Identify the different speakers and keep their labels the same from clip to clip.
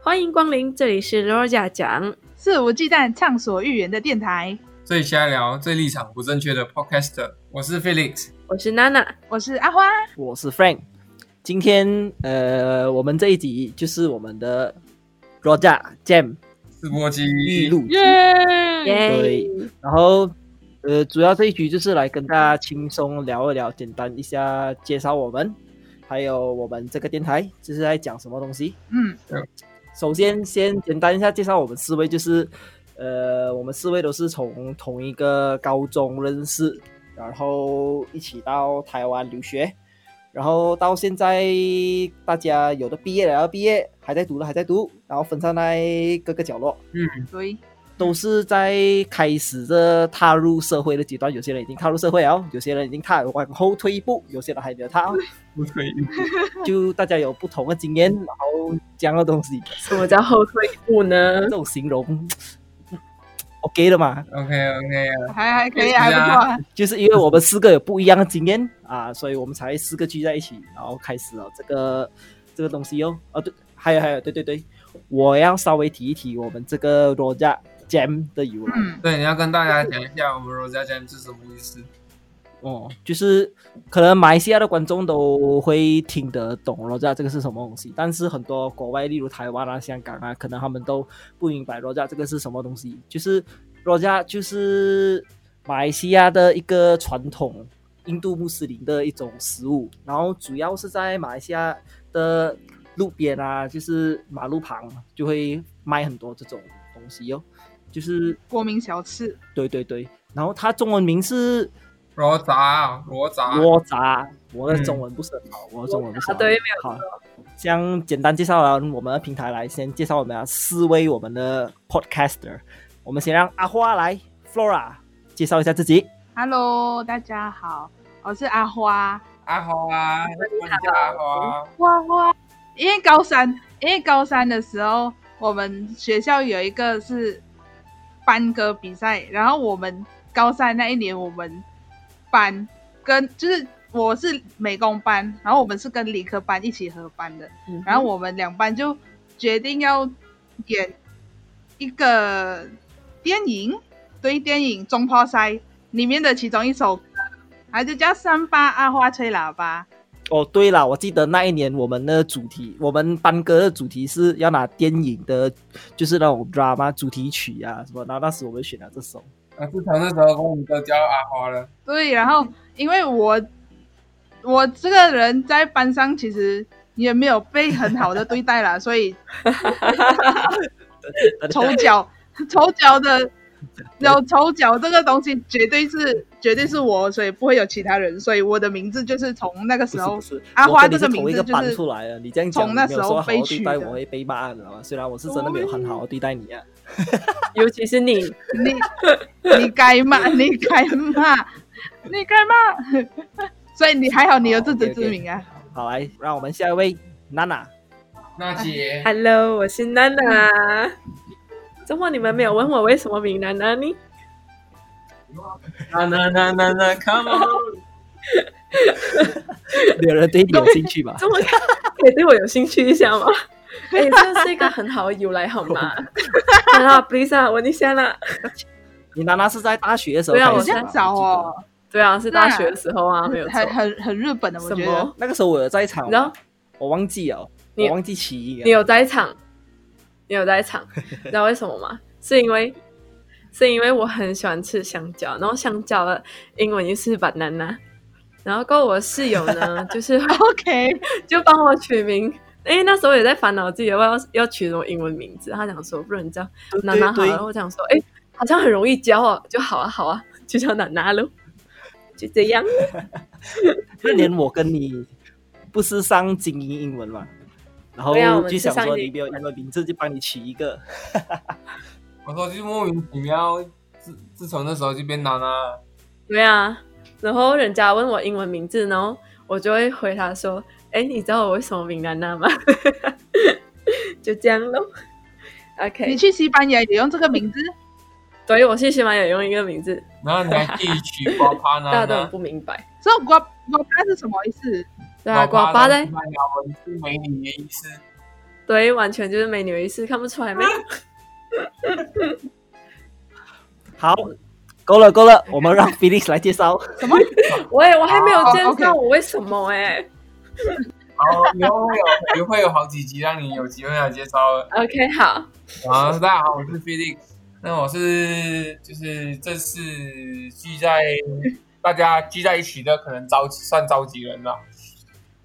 Speaker 1: 欢迎光临，这里是 Roja 讲。
Speaker 2: 肆无忌惮、畅所欲言的电台。
Speaker 3: 最瞎聊、最立场不正确的 Podcaster，我是 Felix。
Speaker 1: 我是娜娜，
Speaker 2: 我是阿花，
Speaker 4: 我是 Frank。今天呃，我们这一集就是我们的 Roger Jam
Speaker 3: 直播机
Speaker 4: 预录，
Speaker 2: 耶！
Speaker 1: 耶
Speaker 4: 对！然后呃，主要这一局就是来跟大家轻松聊一聊，简单一下介绍我们，还有我们这个电台就是在讲什么东西。
Speaker 2: 嗯，
Speaker 4: 首先先简单一下介绍我们四位，就是呃，我们四位都是从同一个高中认识，然后一起到台湾留学，然后到现在大家有的毕业了，要毕业还在读的还在读，然后分散在各个角落，
Speaker 2: 对，
Speaker 4: 都是在开始这踏入社会的阶段。有些人已经踏入社会了，有些人已经踏往后退一步，有些人还没有踏哦，
Speaker 3: 不退一步，
Speaker 4: 就大家有不同的经验，然后讲的东西。
Speaker 1: 什么叫后退一步呢
Speaker 4: 这？种形容，OK 的嘛？
Speaker 3: OK OK 啊，
Speaker 2: 还还可以，
Speaker 3: 可以啊
Speaker 2: 还不错啊。
Speaker 4: 就是因为我们四个有不一样的经验啊，所以我们才四个聚在一起，然后开始了这个这个东西哟。哦，对，还有还有，对对对，我要稍微提一提我们这个 Roja Jam 的由来。
Speaker 2: 嗯，
Speaker 3: 对，你要跟大家讲一下我们 Rosa Jam 是什么意思。
Speaker 4: 哦，就是可能马来西亚的观众都会听得懂罗加这个是什么东西，但是很多国外，例如台湾啊、香港啊，可能他们都不明白罗加这个是什么东西。就是罗加就是马来西亚的一个传统印度穆斯林的一种食物，然后主要是在马来西亚的路边啊，就是马路旁就会卖很多这种东西哟、就是
Speaker 2: 国民小吃，
Speaker 4: 对对对，然后它中文名是
Speaker 3: Rosa 啊罗扎，
Speaker 4: 窝杂，我的中文不是很好，我的中文不是很好。
Speaker 1: 对没
Speaker 4: 好，这样简单介绍了我们的平台来，先介绍我们的四位我们的 podcaster。我们先让阿花来，Flora 介绍一下自己。
Speaker 2: Hello，大家好，我是阿花，
Speaker 3: 阿啊花，我叫阿啊花，
Speaker 2: 花花。因为高三，因为高三的时候，我们学校有一个是班歌比赛，然后我们高三那一年，我们班跟就是我是美工班，然后我们是跟理科班一起合班的，
Speaker 1: 嗯
Speaker 2: 然后我们两班就决定要演一个电影，对电影《中破塞》里面的其中一首歌，它就叫《三八阿花吹喇叭
Speaker 4: 哦，对了，我记得那一年我们的主题，我们班歌的主题是要拿电影的，就是那种 drama 主题曲啊什么。然后那时我们选了这首。
Speaker 3: 啊，自从那时候我们都叫阿花了。》。
Speaker 2: 对，然后因为我我这个人在班上其实也没有被很好的对待啦，所 以丑角，丑角 的有丑角这个东西，绝对是绝对是我，所以不会有其他人，所以我的名字就是从那个
Speaker 4: 不
Speaker 2: 时
Speaker 4: 是
Speaker 2: 候
Speaker 4: 不是，
Speaker 2: 阿
Speaker 4: 我
Speaker 2: 花
Speaker 4: 跟你
Speaker 2: 这
Speaker 4: 是
Speaker 2: 名
Speaker 4: 同一
Speaker 2: 字
Speaker 4: 个
Speaker 2: 就
Speaker 4: 班
Speaker 2: 是
Speaker 4: 出来的。你这样讲，
Speaker 2: 从那
Speaker 4: 你没有
Speaker 2: 时候
Speaker 4: 说好好
Speaker 2: 被
Speaker 4: 对
Speaker 2: 取
Speaker 4: 待
Speaker 2: 的
Speaker 4: 我，会被骂，你知道吗？虽然我是真的没有很好好对待你啊。
Speaker 1: 尤其是你，
Speaker 2: 你你该骂，你该骂，你该骂， 所以你还好，你有自知之明啊。
Speaker 4: 好，来，让我们下一位娜 娜。
Speaker 3: 娜 姐，
Speaker 1: Hello，我是娜娜。周末你们没有问我为什么闽南呢？你
Speaker 3: 娜娜娜娜娜，Come on，
Speaker 4: 没有人对你有兴趣 吧？
Speaker 1: 周末可以对我有兴趣一下吗？ 哎、这是一个很好的由来，好吗？ 娜娜，please 啊，问一下啦。
Speaker 4: 你娜娜是在大学的时候
Speaker 1: 对啊
Speaker 4: 开
Speaker 2: 我
Speaker 4: 始
Speaker 2: 这
Speaker 4: 吧
Speaker 2: 样找，
Speaker 4: 我记
Speaker 2: 哦，
Speaker 1: 对啊，是大学的时候啊，没有错。
Speaker 2: 很很很日本的，我
Speaker 1: 什
Speaker 2: 觉得
Speaker 1: 么
Speaker 4: 得？那个时候我有在场
Speaker 1: 你知道
Speaker 4: 吗，我忘记了，
Speaker 1: 你
Speaker 4: 我忘记起因
Speaker 1: 你
Speaker 4: 了。
Speaker 1: 有在场，你有在 场，你知道为什么吗？是因为是因为我很喜欢吃香蕉，然后香蕉的英文就是 banana，然后跟我室友 呢，就是
Speaker 2: OK，
Speaker 1: 就帮我取名。因为那时候也在烦恼自己要不要要取什么英文名字，他想说不然你叫娜娜好
Speaker 4: 对
Speaker 1: 了，我想说哎好像很容易教哦，就好啊好啊，就叫娜娜喽，就这样。
Speaker 4: 那年我跟你不是上精英英文嘛，然后
Speaker 1: 对啊我们
Speaker 4: 就是想
Speaker 1: 上
Speaker 4: 说
Speaker 1: 精英
Speaker 4: 你没有英文名字，就帮你取一个。
Speaker 3: 我说就是莫名其妙，自自从那时候就变娜娜。
Speaker 1: 对啊，然后人家问我英文名字，然后我就会回答说：“哎，你知道我为什么名兰娜吗？” 就这样咯。OK，
Speaker 2: 你去西班牙也用这个名字？
Speaker 1: 所以我去西班牙用一个名字，
Speaker 3: 然后你还自己取 瓜帕
Speaker 1: 大家
Speaker 3: 娜
Speaker 1: 都很
Speaker 3: 娜，
Speaker 1: 不明白。
Speaker 2: 这种瓜瓜巴是什么意思？
Speaker 1: 对啊，瓜巴
Speaker 3: 在
Speaker 1: 嘞
Speaker 3: 西，班牙文是美女的意思。
Speaker 1: 对，完全就是美女一世，看不出来没有？
Speaker 4: 啊好，够了够了，我 们让 Felix 来介绍。
Speaker 2: 什么？
Speaker 1: 喂，我还没有
Speaker 2: 哦
Speaker 1: 介
Speaker 2: ，OK
Speaker 1: 绍我为什么哎、
Speaker 3: 好，以后会有，以后会有好几集让你有机会来介绍了。
Speaker 1: OK，好，
Speaker 3: 好，大家好，我是 Felix，那我是就是这次聚在大家聚在一起的，可能召算召集人了。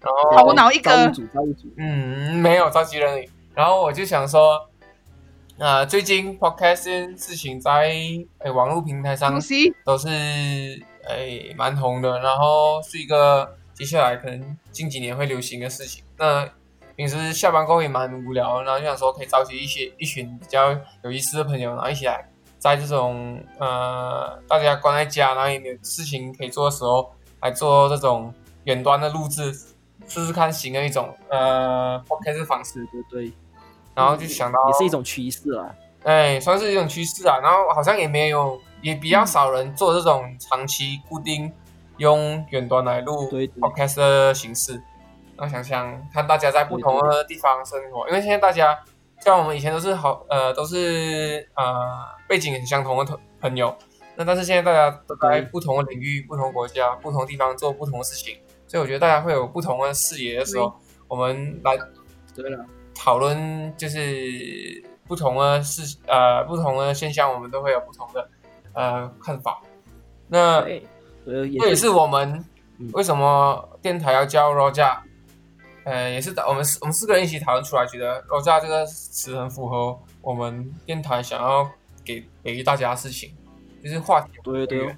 Speaker 3: 然后
Speaker 2: 头脑一个
Speaker 4: 招一组，招一组。
Speaker 3: 嗯，没有召集人而已。然后我就想说，呃，最近 podcast 这件事情在诶网络平台上
Speaker 2: 主席，
Speaker 3: 都是诶蛮红的，然后是一个接下来可能近几年会流行的事情。那平时下班过后也蛮无聊，然后就想说可以召集一些一群比较有意思的朋友，然后一起来在这种呃大家关在家，然后也没有事情可以做的时候，来做这种远端的录制，试试看新的一种呃 podcast 方式。
Speaker 4: 对对对，
Speaker 3: 然后就想到
Speaker 4: 也是一种趋势啊。
Speaker 3: 哎，算是一种趋势啊。然后好像也没有，也比较少人做这种长期固定用远端来录
Speaker 4: 对对
Speaker 3: podcast 的形式。然后想想看，大家在不同的地方生活，因为现在大家像我们以前都是好呃都是呃背景很相同的同朋友，那但是现在大家都在
Speaker 4: 对
Speaker 3: 不同的领域、不同国家、不同地方做不同的事情，所以我觉得大家会有不同的视野的时候，我们来
Speaker 4: 对了，
Speaker 3: 讨论就是呃不同的事呃不同的现象，我们都会有不同的呃看法。那
Speaker 1: 对，
Speaker 4: 呃，
Speaker 3: 这也是我们
Speaker 4: 嗯
Speaker 3: 为什么电台要叫 Roja，呃，也是我们四我们四个人一起讨论出来，觉得 Roja 这个词很符合我们电台想要给给予大家的事情，就是话题
Speaker 4: 对对对，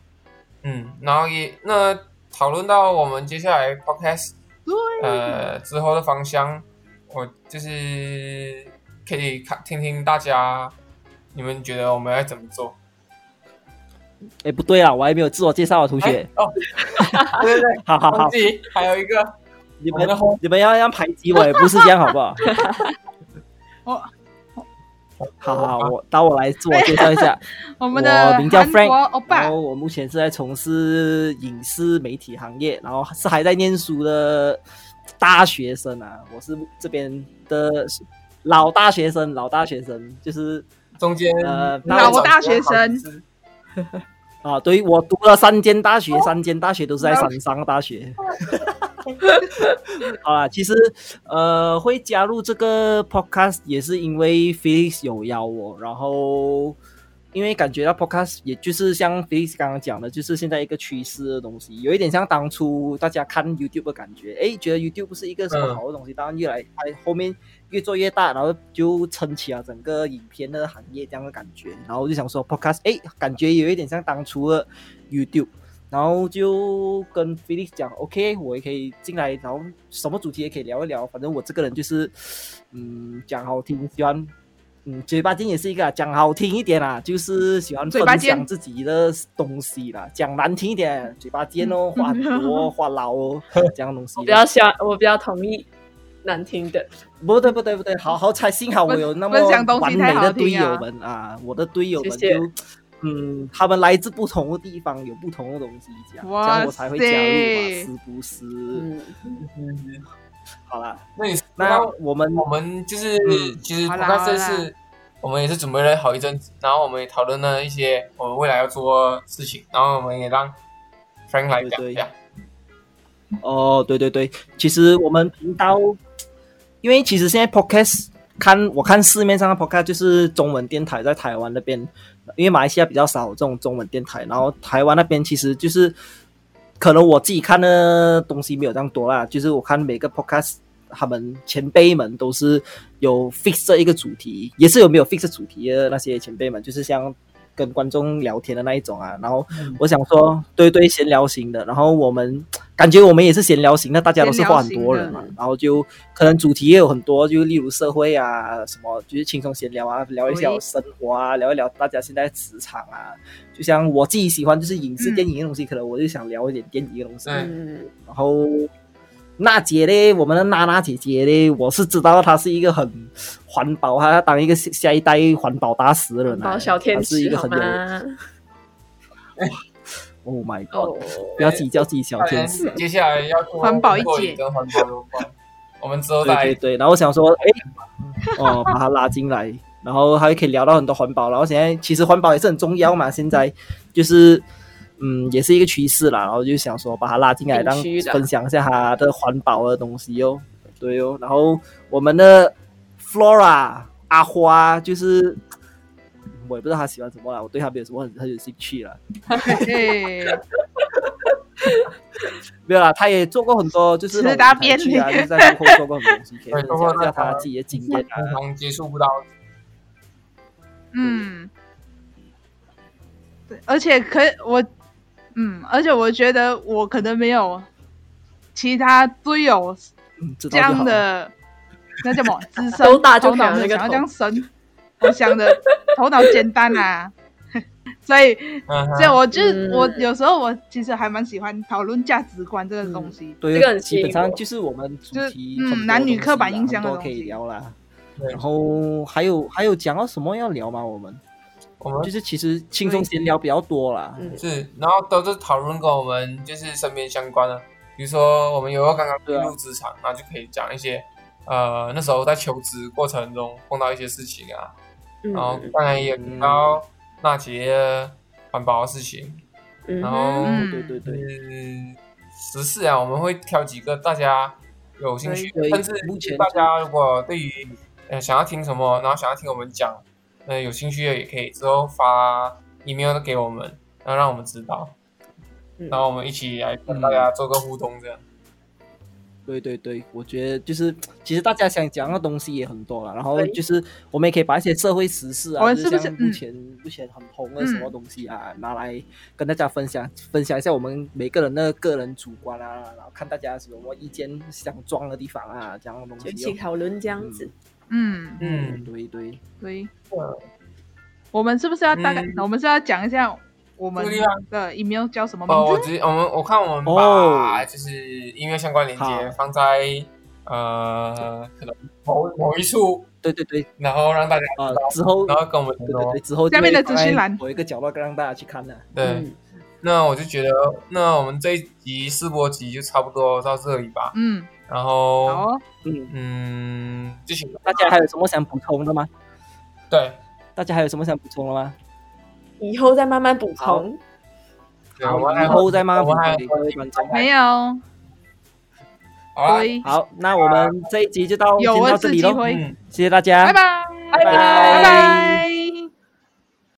Speaker 3: 嗯，然后也那讨论到我们接下来 podcast
Speaker 2: 对
Speaker 3: 呃之后的方向，我就是可以看听听大家，你们觉得我们要怎么做？
Speaker 4: 哎不对啊，我还没有自我介绍啊，同学
Speaker 3: 哎。哦，对对
Speaker 1: 哎
Speaker 3: 对，
Speaker 4: 好好好
Speaker 3: 忘，记还有一个，
Speaker 4: 你
Speaker 3: 我
Speaker 4: 们
Speaker 3: 们的后
Speaker 4: 你们要这样排挤我，也不是这样好不好？
Speaker 2: 我
Speaker 4: 好好好，我当我来自我介绍一下，
Speaker 2: 我们的
Speaker 4: 我名叫
Speaker 2: 韩国
Speaker 4: Frank，哦
Speaker 2: 欧巴
Speaker 4: 然，后我目前是在从事影视媒体行业，然后是还在念书的大学生啊，我是这边的老大学生，老大学生就是
Speaker 3: 中间
Speaker 4: 呃
Speaker 2: 老大学生
Speaker 4: 啊，对我读了三间大学，三间大学都是在山上大学。好啦，其实呃，会加入这个 podcast 也是因为 Felix 有邀我，然后因为感觉到 podcast 也就是像 Felix 刚刚讲的，就是现在一个趋势的东西，有一点像当初大家看 YouTube 的感觉，诶，觉得 YouTube 不是一个什么
Speaker 3: 嗯
Speaker 4: 好的东西，当然越来它后面越做越大，然后就撑起了整个影片的行业这样的感觉，然后我就想说 podcast，诶，感觉有一点像当初的 YouTube。然后就跟 Felix 讲，OK，我也可以进来，然后什么主题也可以聊一聊。反正我这个人就是，嗯，讲好听，喜欢，嗯，嘴巴尖也是一个啊、讲好听一点啦、就是喜欢
Speaker 2: 嘴巴
Speaker 4: 分
Speaker 2: 尖
Speaker 4: 享自己的东西啦。讲难听一点，嘴巴尖 哦，话很多，话痨哦，这样东西
Speaker 1: 我
Speaker 4: 啦。
Speaker 1: 比较喜欢，我比较同意难听的。
Speaker 4: 不对不对 不对，好好彩，幸好我有那么
Speaker 2: 分分享东西
Speaker 4: 完美
Speaker 2: 太好
Speaker 4: 的队
Speaker 2: 听啊
Speaker 4: 友们啊，我的队友们就
Speaker 1: 谢谢
Speaker 4: 嗯，他们来自不同的地方，有不同的东西讲，这
Speaker 2: 哇
Speaker 4: 样我才会加入
Speaker 2: 塞
Speaker 4: 嘛，是不是？
Speaker 1: 嗯，
Speaker 4: 好啦，
Speaker 3: 那你
Speaker 4: 那我们
Speaker 3: 我们就是、
Speaker 4: 嗯
Speaker 3: 其实
Speaker 2: 好
Speaker 3: 我
Speaker 2: 啦
Speaker 3: 看这
Speaker 2: 好
Speaker 3: 次我们也是准备了好一阵子，然后我们也讨论了一些我们未来要做的事情，然后我们也让 Frank 来讲一下。
Speaker 4: 哦，对对对，其实我们频道，因为其实现在 podcast 看我看市面上的 podcast 就是中文电台在台湾那边，因为马来西亚比较少这种中文电台，然后台湾那边其实就是可能我自己看的东西没有这样多啦，就是我看每个 podcast。他们前辈们都是有 fix 这一个主题，也是有没有 fix 主题的那些前辈们，就是像跟观众聊天的那一种啊。然后我想说，对对，闲聊型的。然后我们感觉我们也是闲聊型的，大家都是话很多人
Speaker 1: 闲
Speaker 4: 嘛
Speaker 1: 聊型。
Speaker 4: 然后就可能主题也有很多，就例如社会啊，什么就是轻松闲聊啊，聊一下
Speaker 1: 同意
Speaker 4: 生活啊，聊一聊大家现在的职场啊。就像我自己喜欢就是影视
Speaker 2: 嗯
Speaker 4: 电影的东西，可能我就想聊一点电影的东西。
Speaker 3: 嗯
Speaker 1: 嗯，
Speaker 4: 然后娜姐嘞，我们的娜娜姐姐嘞，我是知道她是一个很环保，她要当一个下下一代环保大使的人、啊，
Speaker 1: 嗯包小天
Speaker 4: 她是一
Speaker 1: 使
Speaker 4: 个
Speaker 1: 好
Speaker 4: 很有
Speaker 1: 吗？
Speaker 4: ，Oh my God，、
Speaker 1: 哦，
Speaker 4: 不要自己叫自己小
Speaker 3: 看
Speaker 4: 天使。
Speaker 3: 来接下来要做
Speaker 2: 环保一姐
Speaker 3: 做跟环保有关，我们之后再
Speaker 4: 对对
Speaker 3: 来
Speaker 4: 对，然后我想说，哎， 哦，把他拉进来，然后还可以聊到很多环保，然后现在其实环保也是很重要嘛，现在就是嗯，也是一个趋势啦，然后就想说把他拉进来，让
Speaker 1: 必须的
Speaker 4: 分享一下他的环保的东西哟、对哦，然后我们的 Flora 阿花就是。嗯我也不知道他喜欢什么啦，我对他没有什么很很有兴趣啦。
Speaker 2: 对，
Speaker 4: 没有啦，他也做过很多，就是那种
Speaker 2: 吃大
Speaker 4: 舞台剧啊，
Speaker 2: 便
Speaker 4: 就是在幕后做过很多东西，可以分享一下他自己的经验啊
Speaker 3: 通。常接触不到，
Speaker 2: 嗯，对，而且可我，嗯，而且我觉得我可能没有其他队友
Speaker 4: 嗯，知
Speaker 2: 这
Speaker 4: 道就好
Speaker 2: 样
Speaker 4: 了。
Speaker 2: 的那叫什么资深，
Speaker 1: 都大就
Speaker 2: 头脑
Speaker 1: 可以了那
Speaker 2: 的
Speaker 1: 个
Speaker 2: 想要
Speaker 1: 头
Speaker 2: 这样深，我想的头脑简单啊， 所以
Speaker 3: 嗯哼，
Speaker 2: 所以我就是、
Speaker 1: 嗯
Speaker 2: 我有时候我其实还蛮喜欢讨论价值观这个东西，
Speaker 4: 对，
Speaker 1: 这个很吸
Speaker 4: 基
Speaker 1: 引
Speaker 4: 本上就是我们主题
Speaker 2: 就是嗯
Speaker 4: 很多
Speaker 2: 男女
Speaker 4: 东西啦啊
Speaker 2: 刻板印象的
Speaker 4: 很
Speaker 2: 东
Speaker 4: 多可
Speaker 2: 西
Speaker 4: 以聊啦。
Speaker 3: 对
Speaker 4: 然后还有还有讲到什么要聊吗？我们
Speaker 3: 嗯我们
Speaker 4: 就是其实轻松闲聊比较多啦。
Speaker 1: 嗯
Speaker 3: 是，然后都是讨论跟我们就是身边相关的，比如说我们有时候刚刚进入职场，然后就可以讲一些，呃，那时候在求职过程中碰到一些事情啊，
Speaker 1: 嗯
Speaker 3: 然后当然也聊到那些环保的事情，
Speaker 1: 嗯
Speaker 3: 然后
Speaker 2: 嗯
Speaker 4: 哦对对对
Speaker 3: 嗯，时事啊，我们会挑几个大家有兴趣
Speaker 4: 对，
Speaker 3: 甚至
Speaker 4: 目前
Speaker 3: 大家如果对于呃想要听什么，然后想要听我们讲，呃有兴趣的也可以之后发 email 给我们，然后让我们知道，
Speaker 1: 嗯
Speaker 3: 然后我们一起来跟大家做个互动，这样。
Speaker 4: 对对对，我觉得就是其实大家想讲的东西也很多了，然后
Speaker 1: 对
Speaker 4: 就是我们也可以把一些社会时事
Speaker 2: 我
Speaker 4: 啊，
Speaker 2: 们
Speaker 4: 就是
Speaker 2: 不
Speaker 4: 是
Speaker 2: 是
Speaker 4: 像
Speaker 2: 嗯
Speaker 4: 目前目前很红的什么东西啊，拿来跟大家分享分享一下我们每个人的个人主观啊，然后看大家有什么意见相撞的地方啊，这样的东
Speaker 1: 就一
Speaker 4: 西
Speaker 1: 起
Speaker 4: 哦。
Speaker 1: 讨论这样子。
Speaker 2: 嗯，
Speaker 3: 嗯，
Speaker 4: 对对，
Speaker 2: 对，我们是不是要大概，
Speaker 3: 嗯
Speaker 2: 我们是要讲一下我们
Speaker 3: 这个地方
Speaker 2: 的 email 叫什么
Speaker 3: 哦，
Speaker 2: 名
Speaker 3: 我
Speaker 2: 字？
Speaker 3: 直我们我看我们把
Speaker 4: 哦
Speaker 3: 就是音乐相关连接
Speaker 4: 好
Speaker 3: 放在呃可能某某一处，
Speaker 4: 对对对，
Speaker 3: 然后让大家
Speaker 4: 啊、之后
Speaker 3: 然后跟我们
Speaker 4: 对
Speaker 3: 联络
Speaker 4: 对对，之后
Speaker 2: 下面的资讯栏
Speaker 4: 有一个角落让大家去看啊
Speaker 3: 对。
Speaker 4: 的、
Speaker 1: 嗯
Speaker 3: 那我就觉得，那我们这一集试播集就差不多到这里吧。
Speaker 2: 嗯，
Speaker 3: 然
Speaker 2: 好
Speaker 3: 后，
Speaker 2: 哦，
Speaker 4: 嗯，
Speaker 3: 嗯，继续
Speaker 4: 大家还有什么想补充的吗？
Speaker 3: 对，
Speaker 4: 大家还有什么想补充的吗？
Speaker 1: 以后再慢慢补充。
Speaker 3: 对我们还
Speaker 4: 以后再慢慢补
Speaker 3: 我们还哎
Speaker 4: 充给各位观众。
Speaker 2: 没有，哦
Speaker 3: 好啦，
Speaker 2: 对，
Speaker 4: 好，啊那我们这一集就到
Speaker 2: 有
Speaker 4: 先
Speaker 2: 我
Speaker 4: 到
Speaker 2: 自
Speaker 4: 这里
Speaker 2: 己
Speaker 4: 喽，
Speaker 2: 会，
Speaker 3: 嗯，
Speaker 4: 谢谢大家，
Speaker 2: 拜拜，
Speaker 1: 拜
Speaker 4: 拜
Speaker 2: 拜拜。